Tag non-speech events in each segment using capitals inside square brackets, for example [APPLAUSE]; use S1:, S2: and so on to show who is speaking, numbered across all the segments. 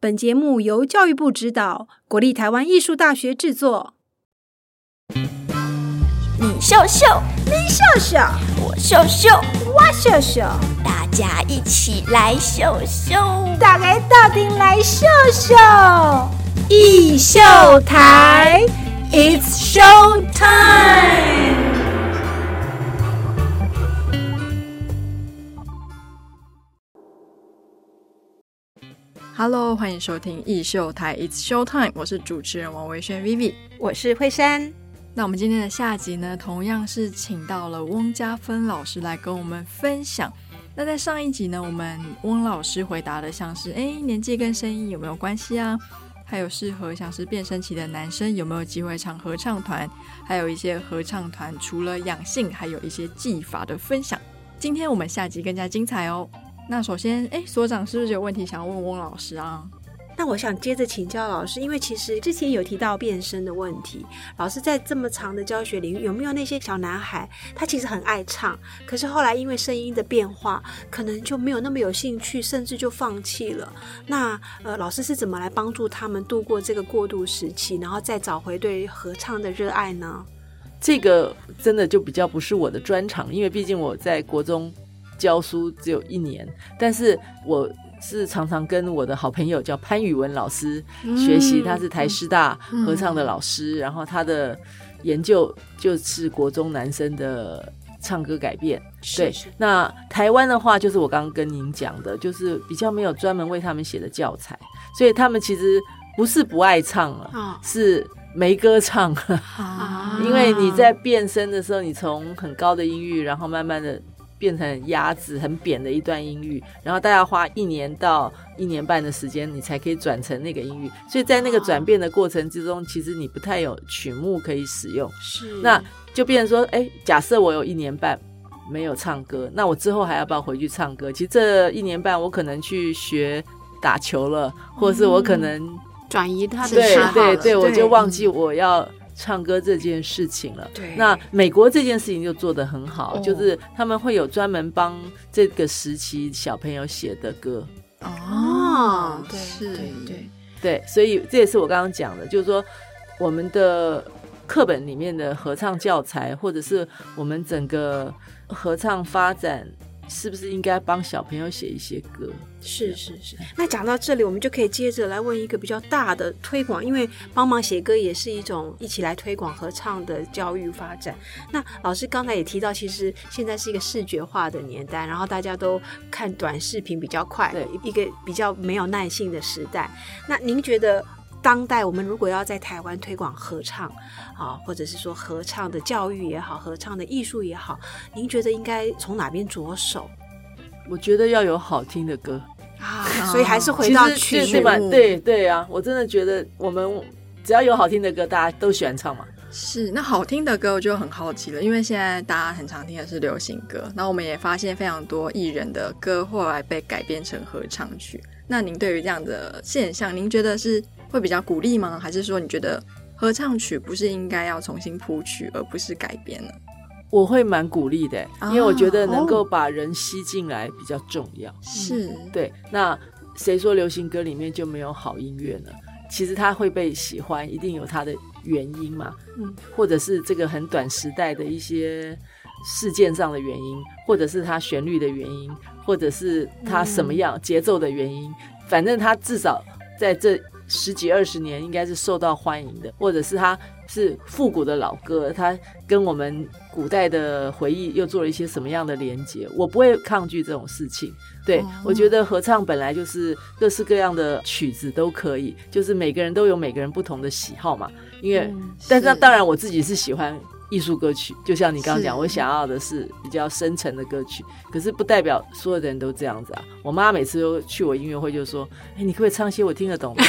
S1: 本节目由教育部指导，国立台湾艺术大学制作。
S2: 你秀秀，
S3: 你秀秀，
S2: 我秀秀，
S3: 我秀秀，
S2: 大家一起来秀秀，
S3: 大家到庭来秀秀。
S1: 艺秀台，It's Show Time。Hello，欢迎收听艺秀台，It's Show Time，我是主持人王维轩 Vivi。
S3: 我是惠珊。
S1: 那我们今天的下集呢，同样是请到了翁家芬老师来跟我们分享。那在上一集呢，我们翁老师回答的像是，诶，年纪跟声音有没有关系啊？还有适合像是变声期的男生有没有机会唱合唱团？还有一些合唱团除了养性，还有一些技法的分享。今天我们下集更加精彩哦。那首先，
S4: 哎
S1: 诶，所长是不是有问题想要问翁老师啊？
S3: 那我想接着请教老师，因为其实之前有提到变声的问题，老师在这么长的教学领域，有没有那些小男孩，他其实很爱唱，可是后来因为声音的变化，可能就没有那么有兴趣，甚至就放弃了。那呃，老师是怎么来帮助他们度过这个过渡时期，然后再找回对合唱的热爱呢？
S5: 这个真的就比较不是我的专长，因为毕竟我在国中教书只有一年，但是我是常常跟我的好朋友叫潘宇文老师嗯学习，他是台师大合唱的老师，然后他的研究就是国中男生的唱歌改变。对，
S3: 是
S5: 那台湾的话，就是我刚刚跟您讲的，就是比较没有专门为他们写的教材，所以他们其实不是不爱唱了，
S3: 啊
S5: 是没歌唱。
S3: 啊
S5: 因为你在变声的时候，你从很高的音域，然后慢慢的变成很压制、很扁的一段音域，然后大概花一年到一年半的时间，你才可以转成那个音域。所以在那个转变的过程之中，其实你不太有曲目可以使用，
S3: 是
S5: 那就变成说，哎，假设我有一年半。没有唱歌，那我之后还要不要回去唱歌？其实这一年半，我可能去学打球了，或者是我可能
S3: 转移他的
S5: 对
S3: 嗜好
S5: 对
S3: 了嗯
S5: 对，我就忘记我要唱歌这件事情了。
S3: 对
S5: 那美国这件事情就做得很好，
S1: 哦
S5: 就是他们会有专门帮这个时期小朋友写的歌。
S3: 哦
S5: 嗯
S3: 对
S1: 是，
S3: 对对，
S5: 对，所以这也是我刚刚讲的，就是说我们的课本里面的合唱教材，或者是我们整个合唱发展，是不是应该帮小朋友写一些歌？
S3: 是是是。那讲到这里，我们就可以接着来问一个比较大的推广，因为帮忙写歌也是一种一起来推广合唱的教育发展。那老师刚才也提到，其实现在是一个视觉化的年代，然后大家都看短视频比较快
S5: 对，
S3: 一个比较没有耐性的时代。那您觉得？当代我们如果要在台湾推广合唱啊，或者是说合唱的教育也好，合唱的艺术也好，您觉得应该从哪边着手
S5: 我觉得要有好听的歌。
S3: 啊？所以还是回到曲嗯
S5: 嗯其实对
S3: 目
S5: 吧？对对啊，我真的觉得我们只要有好听的歌，大家都喜欢唱嘛。
S4: 是，那好听的歌我就很好奇了，因为现在大家很常听的是流行歌，那我们也发现非常多艺人的歌后来被改编成合唱曲。那您对于这样的现象，您觉得是会比较鼓励吗？还是说你觉得合唱曲不是应该要重新谱曲，而不是改编呢？
S5: 我会蛮鼓励的，
S4: 啊
S5: 因为我觉得能
S3: 哦
S5: 够把人吸进来比较重要。
S4: 是，
S1: 嗯
S3: 嗯
S5: 对，那谁说流行歌里面就没有好音乐呢？其实它会被喜欢，一定有它的原因嘛，
S3: 嗯，
S5: 或者是这个很短时代的一些事件上的原因，或者是它旋律的原因，或者是它什么样、节奏的原因，反正它至少在这十几二十年应该是受到欢迎的，或者是它是复古的老歌，它跟我们古代的回忆又做了一些什么样的连接，我不会抗拒这种事情。对，我觉得合唱本来就是各式各样的曲子都可以，就是每个人都有每个人不同的喜好嘛。因为，但嗯是那
S4: 是
S5: 当然我自己是喜欢艺术歌曲，就像你刚刚讲，
S4: 是
S5: 我想要的是比较深沉的歌曲，可是不代表所有的人都这样子啊。我妈每次都去我音乐会就说：“哎，你可不可以唱一些我听得 [LAUGHS] 懂的？”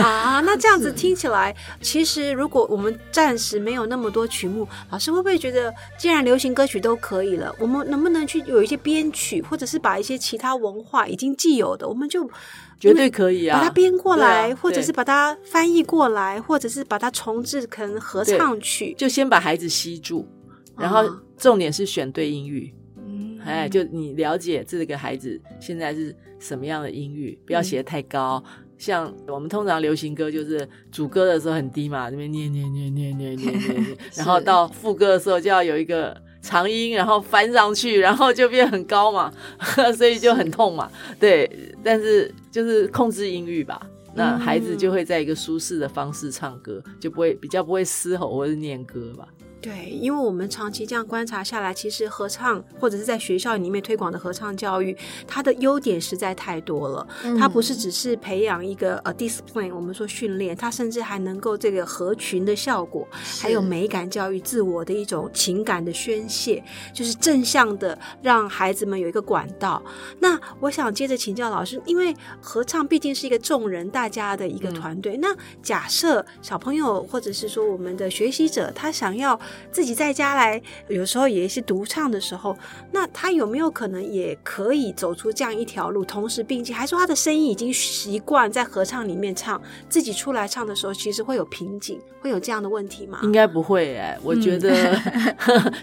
S3: 啊，那这样子听起来，其实如果我们暂时没有那么多曲目，老师会不会觉得，既然流行歌曲都可以了，我们能不能去有一些编曲，或者是把一些其他文化已经既有的，我们就
S5: 绝 [LAUGHS] 对可以啊，
S3: 把它编过来，
S5: 对啊
S3: 或者是
S5: 对
S3: 把它翻译过来，或者是把它重置成合唱曲？
S5: 就先把孩子吸住，然后
S3: 嗯
S5: 重点是选对音域。哎，就你了解这个孩子现在是什么样的音域，不要写得太高。像我们通常流行歌就是主歌的时候很低嘛，那边念念念念念念念念，然后到副歌的时候就要有一个长音，然后翻上去，然后就变很高嘛， [LAUGHS] 所以就很痛嘛。对，但是就是控制音域吧。那孩子就会在一个舒适的方式唱歌，就不会比较不会嘶吼或者念歌吧。
S3: 对，因为我们长期这样观察下来，其实合唱或者是在学校里面推广的合唱教育，它的优点实在太多了。它不是只是培养一个呃 discipline，我们说训练，它甚至还能够这个合群的效果，
S4: [LAUGHS]
S3: 还有美感教育、自我的一种情感的宣泄，就是正向的让孩子们有一个管道。那我想接着请教老师，因为合唱毕竟是一个众人大家的一个团队，那假设小朋友或者是说我们的学习者，他想要自己在家来，有时候也是独唱的时候，那他有没有可能也可以走出这样一条路，同时并进？还说他的声音已经习惯在合唱里面唱，自己出来唱的时候，其实会有瓶颈，会有这样的问题吗？
S5: 应该不会哎、我觉得、 [LAUGHS]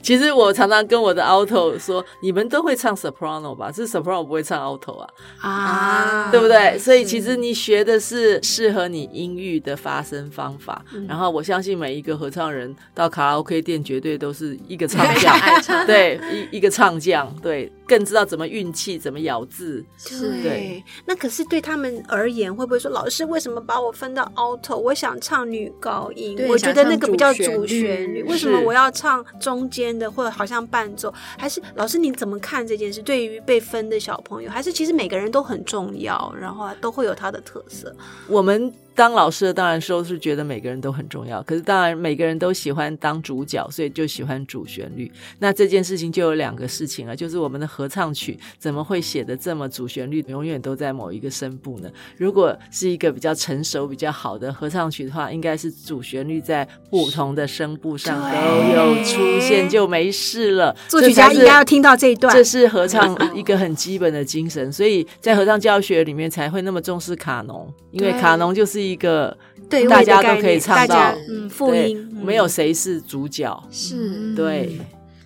S5: 其实我常常跟我的 alto 说，你们都会唱 soprano 吧？是 soprano 不会唱 alto 啊，
S3: 啊，
S5: 对不对？所以其实你学的是适合你音域的发声方法。然后我相信每一个合唱人到卡拉 OK 店，绝对都是一个唱
S3: [LAUGHS]
S1: [LAUGHS]
S5: 将，对，一一个唱将，对，更知道怎么运气，怎么咬字，
S3: 对，
S5: 对
S3: 那可是对他们而言，会不会说老师为什么把我分到 alto？我想唱女高音，
S4: 对
S3: 我觉得那个比较
S4: 想唱
S3: 主
S4: 主旋律
S3: 旋律，
S4: 是
S3: 为什么我要唱中间的或者好像伴奏？还是老师你怎么看这件事？对于被分的小朋友，还是其实每个人都很重要，然后都会有他的特色。
S5: 我们当老师的当然都是觉得每个人都很重要，可是当然每个人都喜欢当主角，所以就喜欢主旋律。那这件事情就有两个事情了，就是我们的合唱曲怎么会写的这么主旋律，永远都在某一个声部呢？如果是一个比较成熟、比较好的合唱曲的话，应该是主旋律在不同的声部上都有出现，就没事了。
S3: 作曲家
S5: 这才是
S3: 应该要听到这一段
S5: 这，是合唱一个很基本的精神，所以在合唱教学里面才会那么重视卡农，因为
S3: 对
S5: 卡农就是一个
S3: 对
S5: 大家
S3: 我的概
S5: 都可以
S3: 念
S5: 唱
S3: 大家
S5: 到
S3: 嗯，复
S5: 对
S3: 音嗯
S5: 没有谁是主角，
S1: 是
S5: 对，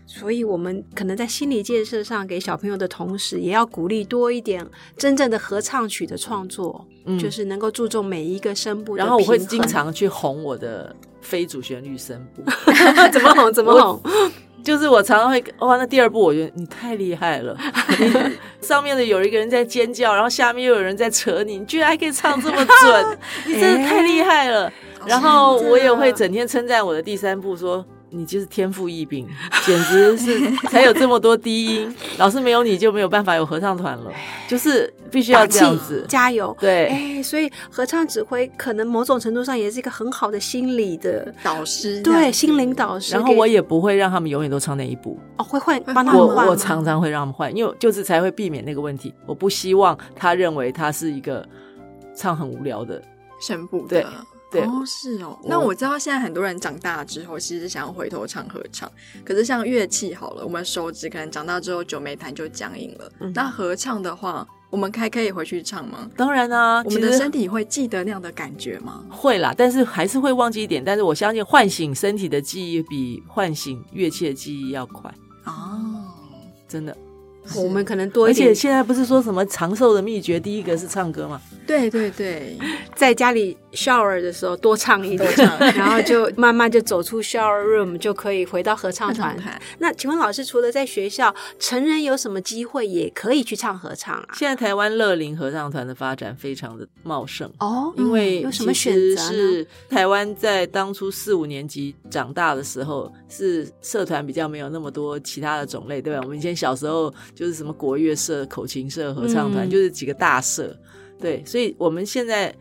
S3: 所以，我们可能在心理建设上给小朋友的同时，也要鼓励多一点真正的合唱曲的创作，
S5: 嗯
S3: 就是能够注重每一个声部的
S5: 然后我会
S3: 平衡
S5: 经常去哄我的非主旋律声部，
S3: [LAUGHS] 怎么哄怎么哄，
S5: 就是我常常会哇，那第二部我觉得你太厉害
S3: [LAUGHS]
S5: 了，你上面的有一个人在尖叫，然后下面又有人在扯你，你居然还可
S3: [LAUGHS]
S5: 以唱这么准，你真的太厉害
S3: 哎
S5: 了。然后我也会整天称赞我的第三部说。你就是天赋
S3: [LAUGHS]
S5: 异禀，简直是才有这么多低音。老师没有你就没有办法有合唱团了，就是必须要
S3: 打
S5: 这
S3: 哎气
S5: 样子。
S3: 加油。
S5: 对，
S3: 哎，所以合唱指挥可能某种程度上也是一个很好的心理的，
S1: 导师这样
S4: [LAUGHS]
S3: 对心灵导师给。
S5: 然后我也不会让他们永远都唱那一部。
S3: 哦会换帮他
S5: 我
S3: 们换
S5: 我
S3: 吗
S5: 常常会让他们换，因为就是才会避免那个问题。我不希望他认为他是一个唱很无聊的，
S1: 声部
S5: 对
S1: 的。
S5: 对
S1: 哦，是哦。那我知道现在很多人长大之后，其实想要回头唱合唱，可是像乐器好了，我们手指可能长大之后久没弹就僵硬了。
S5: 嗯
S1: 那合唱的话，我们还可以回去唱吗？
S5: 当然啊，
S1: 我
S5: 其
S1: 们的
S5: 实
S1: 身体会记得那样的感觉吗？
S5: 会啦，但是还是会忘记一点。但是我相信唤醒身体的记忆比唤醒乐器的记忆要快，
S1: 哦，
S5: 真的。
S3: 我们可能多
S5: 而
S3: 一点
S5: 且现在不是说什么长寿的秘诀，第一个是唱歌嘛？
S1: 对对对，
S3: 在家里 shower 的时候多唱一点，然后就慢慢就走出 shower room，就可以回到合唱
S5: [LAUGHS]
S3: 团
S1: 合唱团。
S3: 那请问老师，除了在学校，成人有什么机会也可以去唱合唱啊？
S5: 现在台湾乐龄合唱团的发展非常的茂盛。
S3: 哦
S5: 因为
S3: 有什么
S5: 其
S3: 选
S5: 实
S3: 择呢？
S5: 是台湾在当初四五年级长大的时候，是社团比较没有那么多其他的种类，对吧？我们以前小时候就是什么国乐社、口琴社、合唱团，
S3: 嗯
S5: 就是几个大社，对。所以我们现在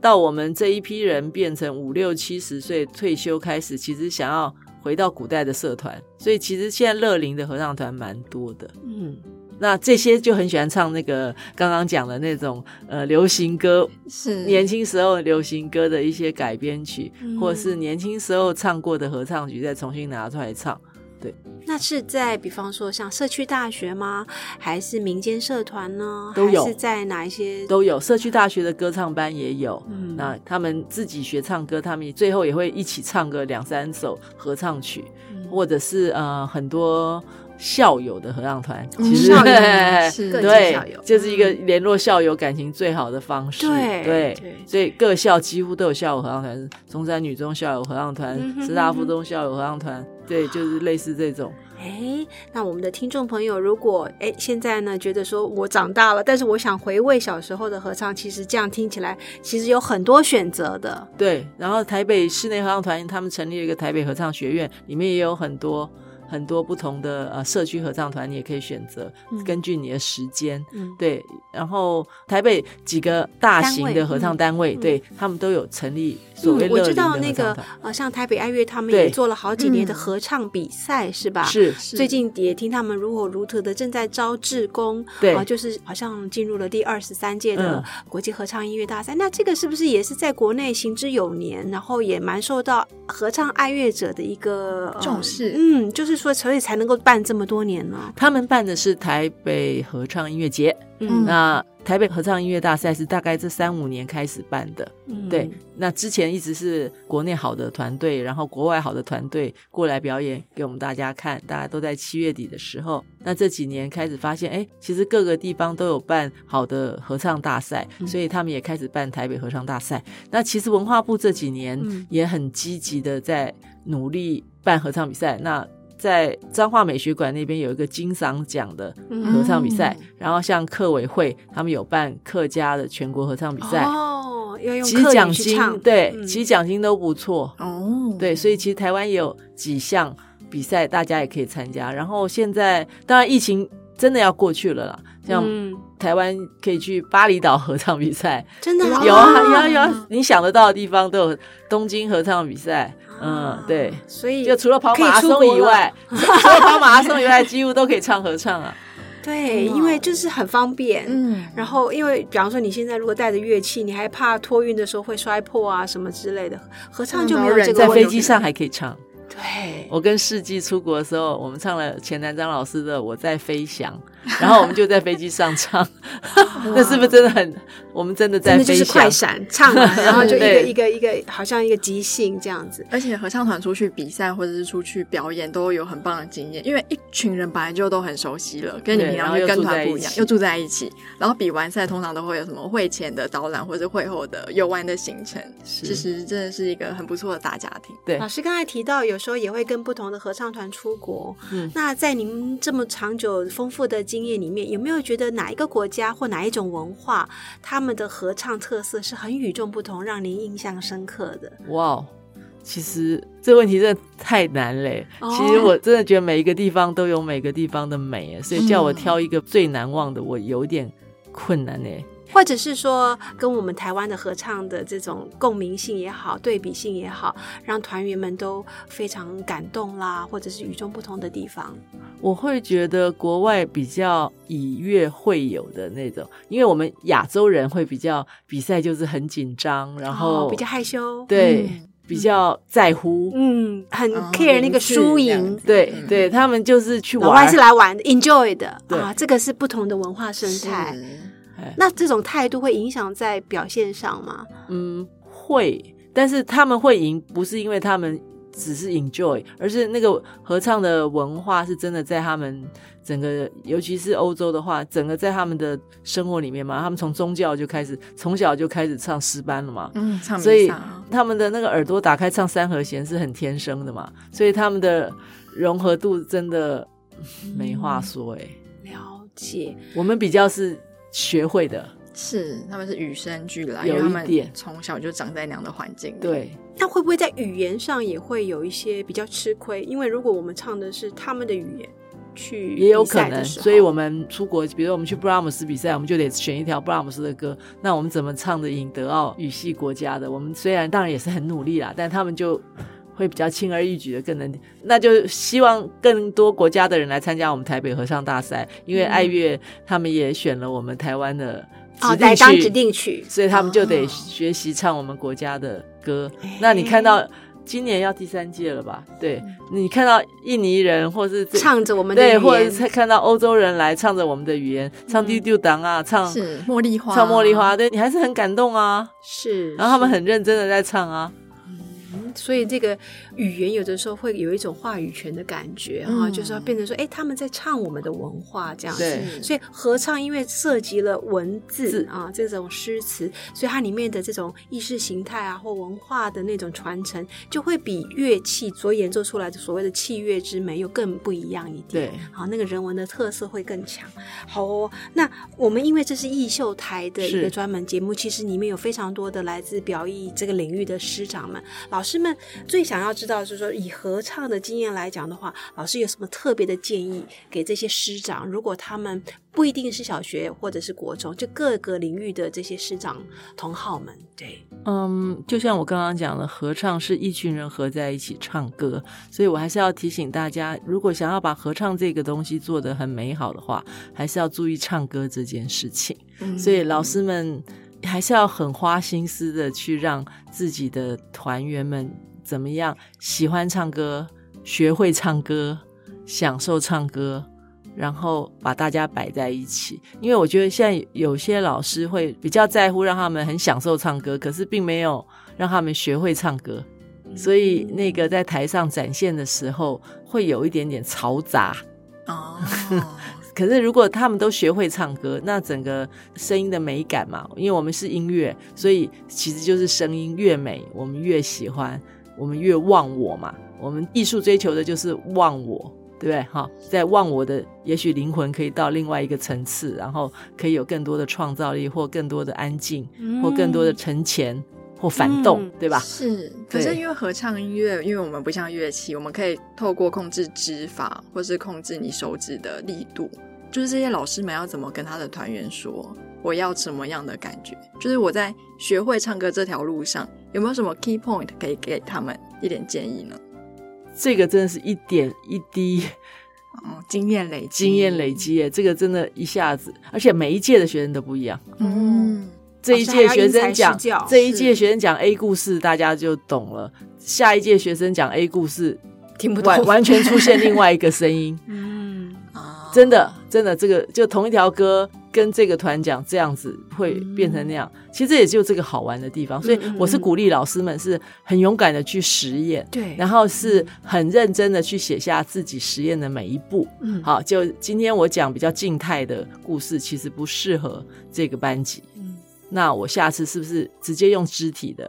S5: 到我们这一批人变成五六七十岁退休开始，其实想要回到古代的社团，所以其实现在乐龄的合唱团蛮多的。
S3: 嗯，
S5: 那这些就很喜欢唱那个刚刚讲的那种呃流行歌，
S1: 是
S5: 年轻时候流行歌的一些改编曲，
S3: 嗯
S5: 或是年轻时候唱过的合唱曲，再重新拿出来唱。
S3: 那是在比方说像社区大学吗？还是民间社团呢？
S5: 都有
S3: 还是在哪一些？
S5: 都有社区大学的歌唱班也有，
S3: 嗯
S5: 那他们自己学唱歌，他们最后
S3: 嗯
S5: 也会一起唱个两三首合唱曲，或者是呃很多校友的合唱团，
S1: 嗯
S5: 其实
S3: 哦校友
S5: [LAUGHS]
S1: [LAUGHS] 是
S3: 各级校
S5: 对
S3: 友，
S5: 这是一个联络校友感情最好的方式。
S3: 嗯对
S5: 对
S3: 对，
S5: 所以各校几乎都有校友合唱团，中山女中校友合唱团
S3: 嗯哼，嗯
S5: 师大
S3: 嗯哼
S5: 附中校友合唱团，对，就是类似这种。
S3: 哎，那我们的听众朋友，如果哎现在呢觉得说我长大了，但是我想回味小时候的合唱，其实这样听起来其实有很多选择的。
S5: 对，然后台北室内合唱团他们成立了一个台北合唱学院，里面也有很多很多不同的呃社区合唱团，你也可以选择，
S3: 嗯
S5: 根据你的时间。
S3: 嗯，
S5: 对，然后台北几个大型的合唱单位，
S3: 单位
S5: 对他们都有成立所
S3: 嗯
S5: 谓
S3: 我
S5: 乐
S3: 知
S5: 龄的
S3: 道
S5: 合
S3: 那
S5: 唱
S3: 个
S5: 团，
S3: 呃，像台北爱乐他们
S5: 对
S3: 也做了好几年的
S1: 嗯
S3: 合唱比赛，是吧？。
S5: 是
S3: 最近也听他们如火如荼的正在招志工，
S5: 对
S3: 啊、就是好像进入了第二十三届
S5: 嗯
S3: 的国际合唱音乐大赛。那这个是不是也是在国内行之有年，然后也蛮受到合唱爱乐者的一个、呃
S1: 重视
S3: 嗯，就是说，所以才能够办这么多年呢。
S5: 他们办的是台北合唱音乐节，
S1: 嗯
S5: 那台北合唱音乐大赛是大概这三五年开始办的。
S3: 嗯
S5: 对，那之前一直是国内好的团队，然后国外好的团队过来表演给我们大家看，大家都在七月底的时候。那这几年开始发现，哎，其实各个地方都有办好的合唱大赛，
S3: 嗯
S5: 所以他们也开始办台北合唱大赛。那其实文化部这几年
S3: 嗯
S5: 也很积极的在努力办合唱比赛。那在彰化美学馆那边有一个金赏奖的
S3: 嗯
S5: 合唱比赛，然后像客委会他们有办客家的全国合唱比赛，
S3: 哦，要用
S5: 其实
S3: 客
S5: 奖
S3: 语去
S5: 金
S3: 唱，
S5: 对，
S3: 嗯
S5: 其实奖金都不错，
S1: 哦，
S5: 嗯对，所以其实台湾也有几项比赛，大家也可以参加。然后现在当然疫情真的要过去了啦，像
S3: 嗯
S5: 台湾可以去巴厘岛合唱比赛，
S3: 真的
S1: 哇
S5: 有啊有
S1: 哇
S5: 啊有啊，你想得到的地方都有，东京合唱比赛，嗯
S3: 啊，
S5: 对。
S3: 所以
S5: 就除了跑
S3: 可以
S5: 马拉
S3: 出国
S5: 松以
S3: 了 [LAUGHS]
S5: 外，除了跑马拉松以外，几乎都可以唱合唱啊。
S3: 对，
S1: 哇
S3: 因为就是很方便。
S1: 嗯，
S3: 然后，因为比方说你现在如果带着乐器，你还怕托运的时候会摔破啊什么之类的，合唱就没有这个
S5: 嗯在
S3: 问
S5: 飞
S3: 题。
S5: 机上还可以唱。
S3: 对，
S5: 我跟世纪出国的时候，我们唱了钱南章老师的《我在飞翔》，然后我们就在飞机上
S3: [LAUGHS]
S5: 唱，那是不是真的很？我们真的在
S3: 真的就
S5: 飞
S3: 是快
S5: 翔，
S3: 闪唱完，然后就一个
S5: 对
S3: 一个一个，好像一个即兴这样子。
S1: 而且合唱团出去比赛或者是出去表演都有很棒的经验，因为一群人本来就都很熟悉了，跟你
S5: 对
S1: 平
S5: 然
S1: 常
S5: 后
S1: 去
S5: 又
S1: 跟
S5: 住在
S1: 团
S5: 一
S1: 不一样，
S5: 起
S1: 又住在一起。然后比完赛通常都会有什么会前的导览或者会后的游玩的行程，其实真的是一个很不错的大家庭。
S5: 对
S3: 老师刚才提到，有时候也会跟不同的合唱团出国。
S5: 嗯
S3: 那在您这么长久丰富的经验里面，有没有觉得哪一个国家或哪一种文化，他们的合唱特色是很与众不同，让您印象深刻的？
S5: 哇哦！其实这问题真的太难嘞、
S3: 哦
S5: 其实我真的觉得每一个地方都有每个地方的美，所以叫我挑一个最难忘的，我有点困难嘞、
S3: 或者是说跟我们台湾的合唱的这种共鸣性也好，对比性也好，让团员们都非常感动啦，或者是与众不同的地方。
S5: 我会觉得国外比较以乐会友的那种，因为我们亚洲人会比较比赛就是很紧张，然后、
S3: 哦比较害羞，，
S5: 对、
S1: 嗯
S5: 比较在乎，
S3: 嗯，很
S1: 哦
S3: care 那
S1: 名
S3: 个
S1: 次
S3: 输
S1: 这样
S3: 赢
S1: 子，
S5: 对、
S1: 嗯
S5: 对，他们就是去
S3: 老
S5: 玩
S3: 外
S5: 儿
S3: 是，来玩的，enjoy 的
S5: 对
S3: 啊，这个是不同的文化生态。
S5: 哎
S3: 那这种态度会影响在表现上吗？
S5: 嗯，会，但是他们会赢，不是因为他们只是 enjoy，而是那个合唱的文化是真的在他们整个，尤其是欧洲的话，整个在他们的生活里面嘛，他们从宗教就开始，从小就开始唱诗班了嘛，
S1: 嗯，唱
S5: 所
S1: 弥
S5: 以
S1: 撒啊
S5: 他们的那个耳朵打开唱三和弦是很天生的嘛，所以他们的融合度真的嗯没话说哎、
S3: 了解，
S5: 我们比较是学会的，
S1: 是他们是与生俱来，
S5: 有
S1: 因为他
S5: 一点
S1: 们从小就长在那样的环境。，
S5: 对，
S3: 那会不会在语言上也会有一些比较吃亏？因为如果我们唱的是他们的语言去
S5: 也有
S3: 比
S5: 可
S3: 赛的
S5: 能。
S3: 时候
S5: 所以我们出国，比如我们去布拉姆斯比赛，我们就得选一条布拉姆斯的歌。那我们怎么唱的赢德奥语系国家的？我们虽然当然也是很努力啦，但他们就。会比较轻而易举的，更能，那就希望更多国家的人来参加我们台北合唱大赛，因为
S3: 嗯
S5: 爱乐他们也选了我们台湾的
S3: 哦
S5: 指定
S3: 来当
S5: 曲
S3: 指定曲，
S5: 所以他们就得
S1: 哦
S5: 学习唱我们国家的歌。
S3: 啊哎嗯
S5: 那你看到今年要第三届了吧？对，你看到印尼人或是这
S3: 唱着我们的语
S5: 对，
S3: 言，嗯
S5: 或者是看到欧洲人来唱着我们的语言，唱丢丢党啊，唱
S1: 是茉莉花，
S5: 唱茉莉，花，对你还是很感动啊。
S3: 是
S5: 然后他们很认真的在唱啊，
S3: 嗯所以这个语言有的时候会有一种话语权的感觉哈、
S1: 嗯
S3: 就是要变成说，哎、他们在唱我们的文化这样子。
S5: 对
S1: 是
S3: 所以合唱因为涉及了文字
S5: 字
S3: 啊这种诗词，所以它里面的这种意识形态啊或文化的那种传承，就会比乐器所演奏出来的所谓的器乐之美又更不一样一点。
S5: 对，
S3: 好，那个人文的特色会更强。好哦，那我们因为这是艺秀台的一
S5: 是
S3: 个专门节目，其实里面有非常多的来自表艺这个领域的师长们、老师们，最想要知道就是说，以合唱的经验来讲的话，老师有什么特别的建议给这些师长？如果他们不一定是小学或者是国中，就各个领域的这些师长同好们，对，
S5: 嗯，就像我刚刚讲了，合唱是一群人合在一起唱歌，所以我还是要提醒大家，如果想要把合唱这个东西做得很美好的话，还是要注意唱歌这件事情。
S1: 嗯
S5: 所以老师们还是要很花心思的去让自己的团员们怎么样喜欢唱歌、学会唱歌、享受唱歌，然后把大家摆在一起。因为我觉得现在有些老师会比较在乎让他们很享受唱歌，可是并没有让他们学会唱歌。所以，那个在台上展现的时候，会有一点点嘈杂，
S1: 哦，
S5: 可是如果他们都学会唱歌，那整个声音的美感嘛，因为我们是音乐，所以其实就是声音越美，我们越喜欢，我们越忘我嘛。我们艺术追求的就是忘我，对不对？哈，在忘我的，也许灵魂可以到另外一个层次，然后可以有更多的创造力，或更多的安静，
S2: 嗯
S5: 或更多的沉潜，或反动，
S3: 嗯
S5: 对吧？
S1: 是，可是
S5: 对
S1: 因为合唱音乐，因为我们不像乐器，我们可以透过控制指法，或是控制你手指的力度，就是这些老师们要怎么跟他的团员说，我要什么样的感觉？就是我在学会唱歌这条路上，有没有什么 key point 可以给他们一点建议呢？
S5: 这个真的是一点一滴
S1: 哦，经验累积，
S5: 经验累积耶，这个真的一下子，而且每一届的学生都不一样。
S1: 嗯，
S5: 这一届学生
S3: 老
S5: 讲
S3: 哦师还要因材施教，
S5: 这一届
S3: 是
S5: 学生讲 A 故事，大家就懂了。下一届学生讲 A 故事，
S3: 听不
S5: 完
S3: 懂，，
S5: 完全出现另外一个声音
S3: 嗯，
S1: 啊
S5: [LAUGHS] 真的，真的，这个就同一条歌跟这个团讲这样子会变成那样。其实这也就这个好玩的地方，所以
S3: 嗯嗯嗯
S5: 我是
S3: 嗯
S5: 鼓励老师们是很勇敢的去实验，
S3: 对，
S5: 然后是很认真的去写下自己实验的每一步。
S3: 嗯，
S5: 好，就今天我讲比较静态的故事，其实不适合这个班级。
S3: 嗯
S5: 那我下次是不是直接用肢体的？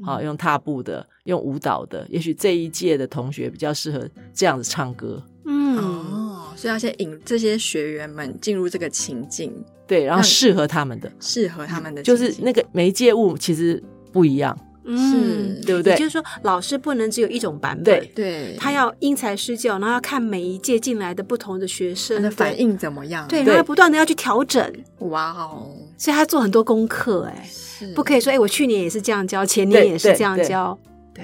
S3: 嗯
S5: 好，用踏步的，用舞蹈的，也许这一届的同学比较适合这样子唱歌。
S3: 嗯，
S1: 哦，所以要先引这些学员们进入这个情境，
S5: 对，然后
S1: 让
S5: 适合他们的，
S1: 适合他们的情
S5: 就
S1: 境，
S5: 是那个媒介物其实不一样，
S3: 嗯
S1: 是，
S5: 对不对
S3: 也就？是说，老师不能只有一种版本，
S5: 对
S1: 对
S3: 他要因材施教，然后要看每一届进来的不同的学
S1: 他
S3: 生
S1: 的反，应怎么样？啊
S3: 对，对
S5: 对
S3: 然后不断的要去调整，
S1: 哇哦，
S3: 所以他做很多功课，哎，
S1: 是
S3: 不可以说，哎，我去年也是这样教，前年
S5: 对
S3: 也是
S5: 对
S3: 这样
S5: 对
S3: 教，对。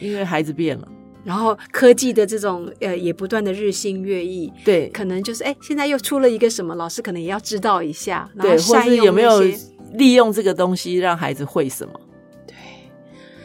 S5: 因为孩子变了，
S3: 然后科技的这种呃也不断的日新月异，
S5: 对
S3: 可能就是哎现在又出了一个什么，老师可能也要知道一下，然后
S5: 对，或
S3: 善
S5: 是
S3: 用
S5: 有没有
S3: 那些
S5: 利用这个东西让孩子会什么？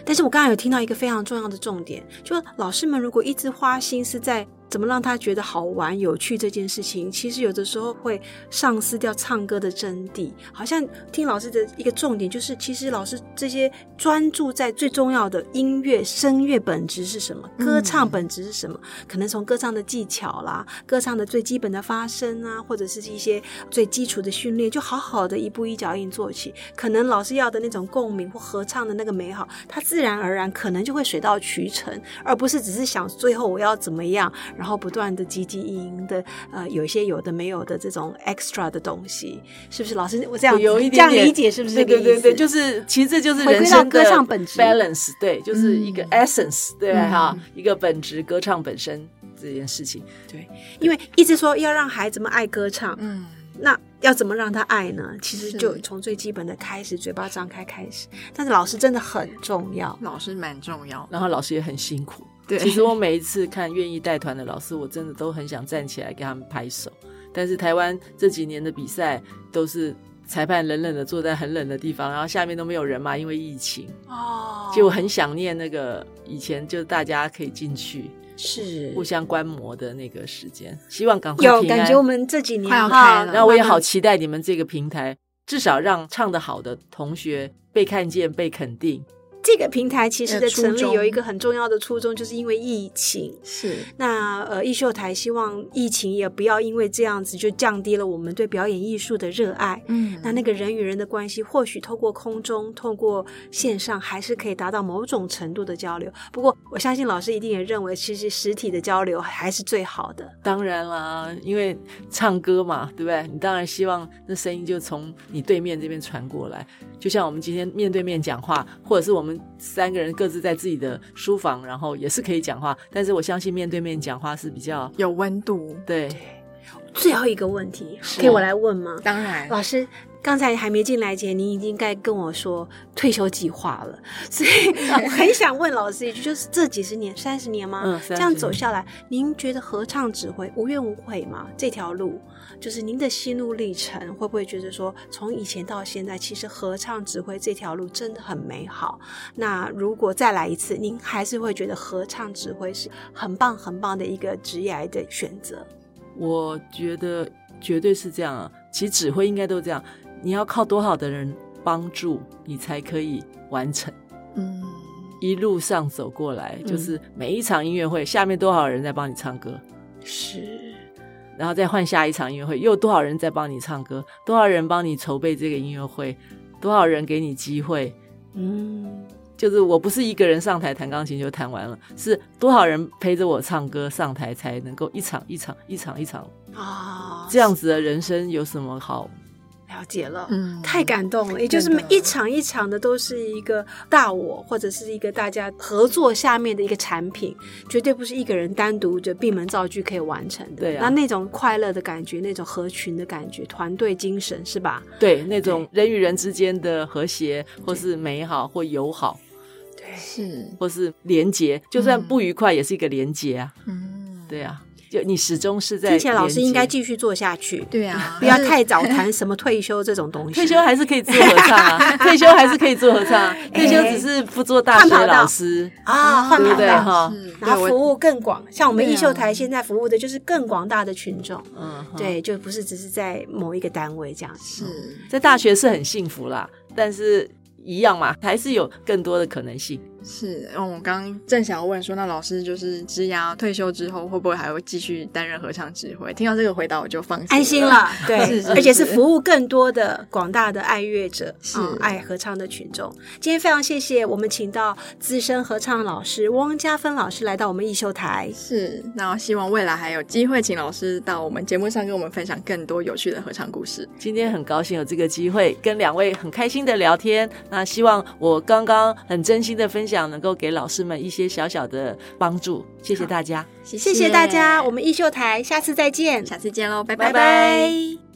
S3: 但是我刚才有听到一个非常重要的重点，就老师们如果一直花心思在怎么让他觉得好玩、有趣这件事情，其实有的时候会丧失掉唱歌的真谛。好像听老师的一个重点就是，其实老师这些专注在最重要的音乐声乐本质是什
S5: 嗯
S3: 么，歌唱本质是什么，可能从歌唱的技巧啦，歌唱的最基本的发声啊，或者是一些最基础的训练，就好好的一步一脚印做起。可能老师要的那种共鸣或合唱的那个美好，它自然而然可能就会水到渠成，而不是只是想最后我要怎么样，然后不断的积极营营的呃，有一些有的没有的这种 extra 的东西，是不是？老师，我这样
S5: 有一
S3: 这
S5: 点
S3: 样
S5: 点
S3: 理解是不是
S5: 对
S3: 这个意
S5: 对
S3: 思？
S5: 对对，就是其实这就是
S3: 回归
S5: 人
S3: 到
S5: 生的
S3: 歌唱本质
S5: balance，对，就是一个
S1: 嗯
S5: essence，对
S3: 嗯
S5: 哈，一个本质，歌唱本身这件事情。
S3: 因为一直说要让孩子们爱歌唱，
S1: 嗯，
S3: 那要怎么让他爱呢？其实
S1: 是
S3: 就从最基本的开始，嘴巴张开开始。但是老师真的很重要，
S1: 老师蛮重要的，
S5: 然后老师也很辛苦。
S1: 对
S5: 其实我每一次看愿意带团的老师，我真的都很想站起来给他们拍手。但是台湾这几年的比赛都是裁判冷冷的坐在很冷的地方，然后下面都没有人嘛，因为疫情。
S3: 哦
S5: 就我很想念那个以前就大家可以进去
S3: 是
S5: 互相观摩的那个时间，希望赶快
S3: 有
S5: 平安
S3: 感觉，我们这几年
S1: 快要
S3: 哈
S1: 开了
S5: 然后我也
S3: 慢慢
S5: 好期待你们这个平台，至少让唱得好的同学被看见、被肯定。
S3: 这个平台其实的
S1: 呃初
S3: 成立
S1: 衷
S3: 有一个很重要的初衷，就是因为疫情。
S1: 是
S3: 那呃，艺秀台希望疫情也不要因为这样子就降低了我们对表演艺术的热爱。
S1: 嗯
S3: 那那个人与人的关系，或许透过空中、透过线上，还是可以达到某种程度的交流。不过，我相信老师一定也认为，其实实体的交流还是最好的。
S5: 当然啦，因为唱歌嘛，对不对？你当然希望那声音就从你对面这边传过来，就像我们今天面对面讲话，或者是我们三个人各自在自己的书房，然后也是可以讲话。但是我相信面对面讲话是比较
S1: 有温度，
S5: 对，
S3: 最后一个问题，可以我来问吗？
S1: 当然
S3: 老师，刚才还没进来前，您已经该跟我说退休计划了， [LAUGHS] 所以我很想问老师一句，就是这几十年，三十年吗？
S5: 嗯
S3: 这
S5: 30
S3: 样走下来，您觉得合唱指挥无怨无悔吗？这条路，就是您的心路历程，会不会觉得说，从以前到现在，其实合唱指挥这条路真的很美好？那如果再来一次，您还是会觉得合唱指挥是很棒很棒的一个职业的选择？
S5: 我觉得绝对是这样啊。其实指挥应该都这样，你要靠多少的人帮助你才可以完成。
S1: 嗯
S5: 一路上走过来，就是每一场音乐会下面多少人在帮你唱歌，
S3: 是。
S5: 然后再换下一场音乐会，又有多少人在帮你唱歌，多少人帮你筹备这个音乐会，多少人给你机会，
S3: 嗯，
S5: 就是我不是一个人上台弹钢琴就弹完了，是多少人陪着我唱歌上台才能够一场一场一场一场
S3: 啊、
S5: 这样子的人生有什么好？
S3: 了解了，
S1: 嗯
S3: 太感动了。也就是
S1: 真
S3: 每
S1: 的
S3: 一场一场的都是一个大我，或者是一个大家合作下面的一个产品，
S5: 嗯
S3: 绝对不是一个人单独就闭门造句可以完成的。
S5: 对啊
S3: 那那种快乐的感觉，那种合群的感觉，团队精神是吧？
S5: 对那种人与人之间的和谐，或是美好，或友好，
S3: 对，嗯
S1: 是
S5: 或是连结，就算不愉快也是一个连结啊。
S1: 嗯
S5: 对啊，就你始终是在
S3: 听起来老师
S5: 连接
S3: 应该继续做下去，
S1: 对啊，
S3: 不要太早谈什么退休这种东西。
S5: [LAUGHS] 退休还是可以做合唱啊，退休还是可以做合唱啊，退休只是不做大学老师，
S3: 啊，换
S5: 对
S3: 跑
S5: 不对
S3: 道。
S5: 哈？
S1: 是
S3: 然后
S1: 对
S3: 服务更广，像我们
S1: 对啊
S3: 艺秀台现在服务的就是更广大的群众，
S5: 嗯，哈，
S3: 对，就不是只是在某一个单位这样子。
S1: 是
S5: 在大学是很幸福啦，但是一样嘛，还是有更多的可能性。
S1: 是，嗯，我刚刚正想要问说，那老师就是职涯退休之后，会不会还会继续担任合唱指挥？听到这个回答我就放心
S3: 安心了，对，
S1: 是是
S3: 而且是
S1: 是
S3: 服务更多的广大的爱乐者，
S1: 是
S3: 嗯爱合唱的群众。今天非常谢谢我们请到资深合唱老师汪家芬老师来到我们艺秀台。
S1: 是，那希望未来还有机会，请老师到我们节目上跟我们分享更多有趣的合唱故事。
S5: 今天很高兴有这个机会跟两位很开心的聊天，那希望我刚刚很真心的分享能够给老师们一些小小的帮助，谢谢大家。
S1: 谢
S3: 谢谢大家，我们艺秀台下次再见，
S1: 下次见喽，拜
S3: 拜
S1: 拜
S3: 拜